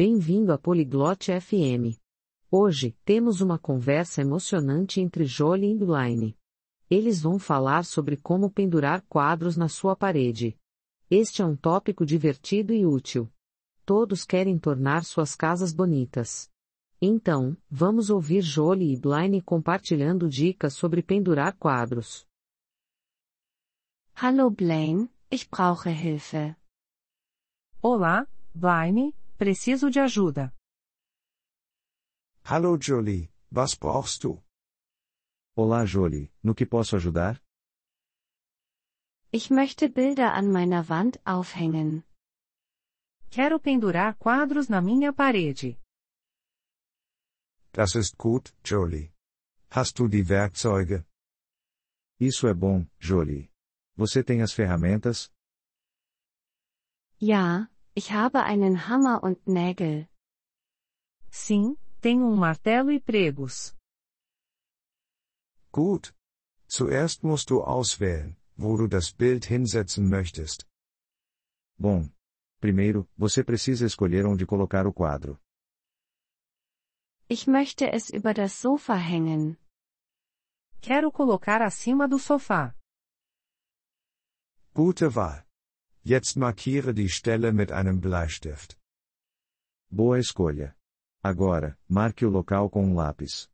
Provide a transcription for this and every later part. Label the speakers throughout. Speaker 1: Bem-vindo à Poliglote FM. Hoje, temos uma conversa emocionante entre Jolie e Elaine. Eles vão falar sobre como pendurar quadros na sua parede. Este é um tópico divertido e útil. Todos querem tornar suas casas bonitas. Então, vamos ouvir Jolie e Elaine compartilhando dicas sobre pendurar quadros.
Speaker 2: Hallo Blaine, ich brauche Hilfe.
Speaker 3: Olá, Blaine, preciso de ajuda.
Speaker 4: Hallo Jolie, was brauchst du?
Speaker 5: Olá Jolie, no que posso ajudar?
Speaker 2: Ich möchte Bilder an meiner Wand aufhängen.
Speaker 3: Quero pendurar quadros na minha parede.
Speaker 4: Das ist gut, Jolie. Hast du die Werkzeuge?
Speaker 5: Isso é bom, Jolie. Você tem as ferramentas?
Speaker 2: Ja, ich habe einen Hammer und Nägel.
Speaker 3: Sim, tenho um martelo e pregos.
Speaker 4: Gut. Zuerst musst du auswählen, wo du das Bild hinsetzen möchtest.
Speaker 5: Bom. Primeiro, você precisa escolher onde colocar o quadro.
Speaker 2: Ich möchte es über das Sofa hängen.
Speaker 3: Quero colocar acima do sofá.
Speaker 4: Gute Wahl. Jetzt markiere die Stelle mit einem Bleistift.
Speaker 5: Boa escolha. Agora, marque o local com um lápis.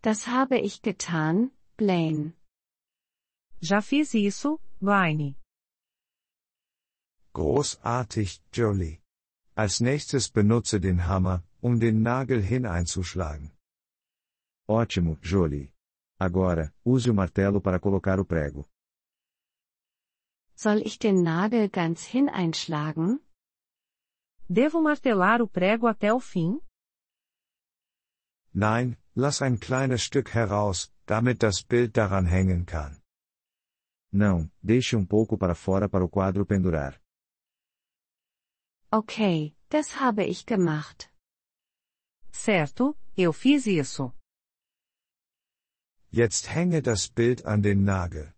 Speaker 2: Das habe ich getan, Blaine.
Speaker 3: Já fiz isso, Blaine.
Speaker 4: Großartig, Jolie. Als nächstes benutze den Hammer, um den Nagel hineinzuschlagen.
Speaker 5: Ótimo, Jolie. Agora, use o martelo para colocar o prego.
Speaker 2: Soll ich den Nagel ganz hineinschlagen?
Speaker 3: Devo martelar o prego até o fim?
Speaker 4: Nein, lass ein kleines Stück heraus, damit das Bild daran hängen kann.
Speaker 5: Não, deixe um pouco para fora para o quadro pendurar.
Speaker 2: Okay, das habe ich gemacht.
Speaker 3: Certo, eu fiz isso.
Speaker 4: Jetzt hänge das Bild an den Nagel.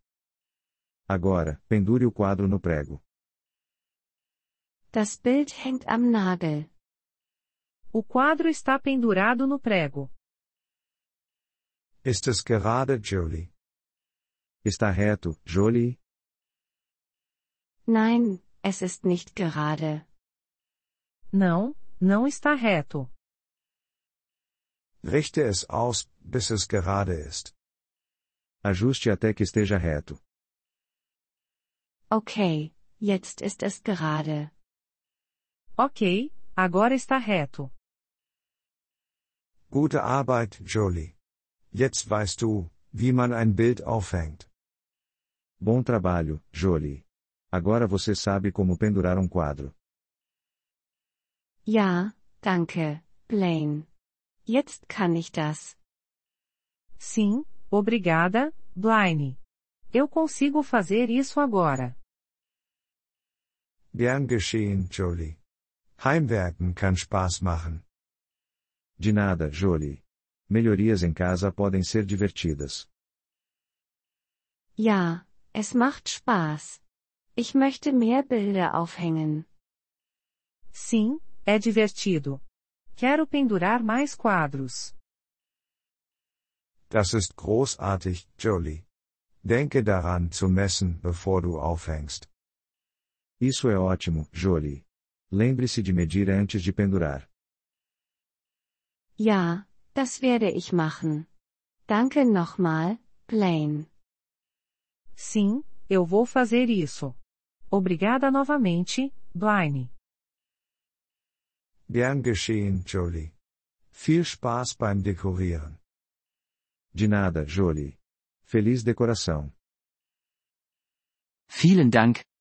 Speaker 5: Agora, pendure o quadro no prego.
Speaker 2: Das Bild hängt am Nagel.
Speaker 3: O quadro está pendurado no prego.
Speaker 4: Ist es gerade, Jolie?
Speaker 5: Está reto, Jolie?
Speaker 2: Nein, es ist nicht gerade.
Speaker 3: Não, não está reto.
Speaker 4: Richte es aus, bis es gerade ist.
Speaker 5: Ajuste até que esteja reto.
Speaker 2: Okay, jetzt ist es gerade.
Speaker 3: Ok, agora está reto.
Speaker 4: Gute Arbeit, Jolie. Jetzt weißt du, wie man ein Bild aufhängt.
Speaker 5: Bom trabalho, Jolie. Agora você sabe como pendurar um quadro.
Speaker 2: Ja, danke, Blaine. Jetzt kann ich das.
Speaker 3: Sim, obrigada, Blaine. Eu consigo fazer isso agora.
Speaker 4: Gern geschehen, Jolie. Heimwerken kann Spaß machen.
Speaker 5: De nada, Jolie. Melhorias em casa podem ser divertidas.
Speaker 2: Ja, es macht Spaß. Ich möchte mehr Bilder aufhängen.
Speaker 3: Sim, é divertido. Quero pendurar mais quadros.
Speaker 4: Das ist großartig, Jolie. Denke daran zu messen, bevor du aufhängst.
Speaker 5: Isso é ótimo, Jolie. Lembre-se de medir antes de pendurar.
Speaker 2: Ja, das werde ich machen. Danke nochmal, Blaine.
Speaker 3: Sim, eu vou fazer isso. Obrigada novamente, Blaine.
Speaker 4: Gern geschehen, Jolie. Viel Spaß beim Dekorieren.
Speaker 5: De nada, Jolie. Feliz decoração.
Speaker 6: Vielen Dank,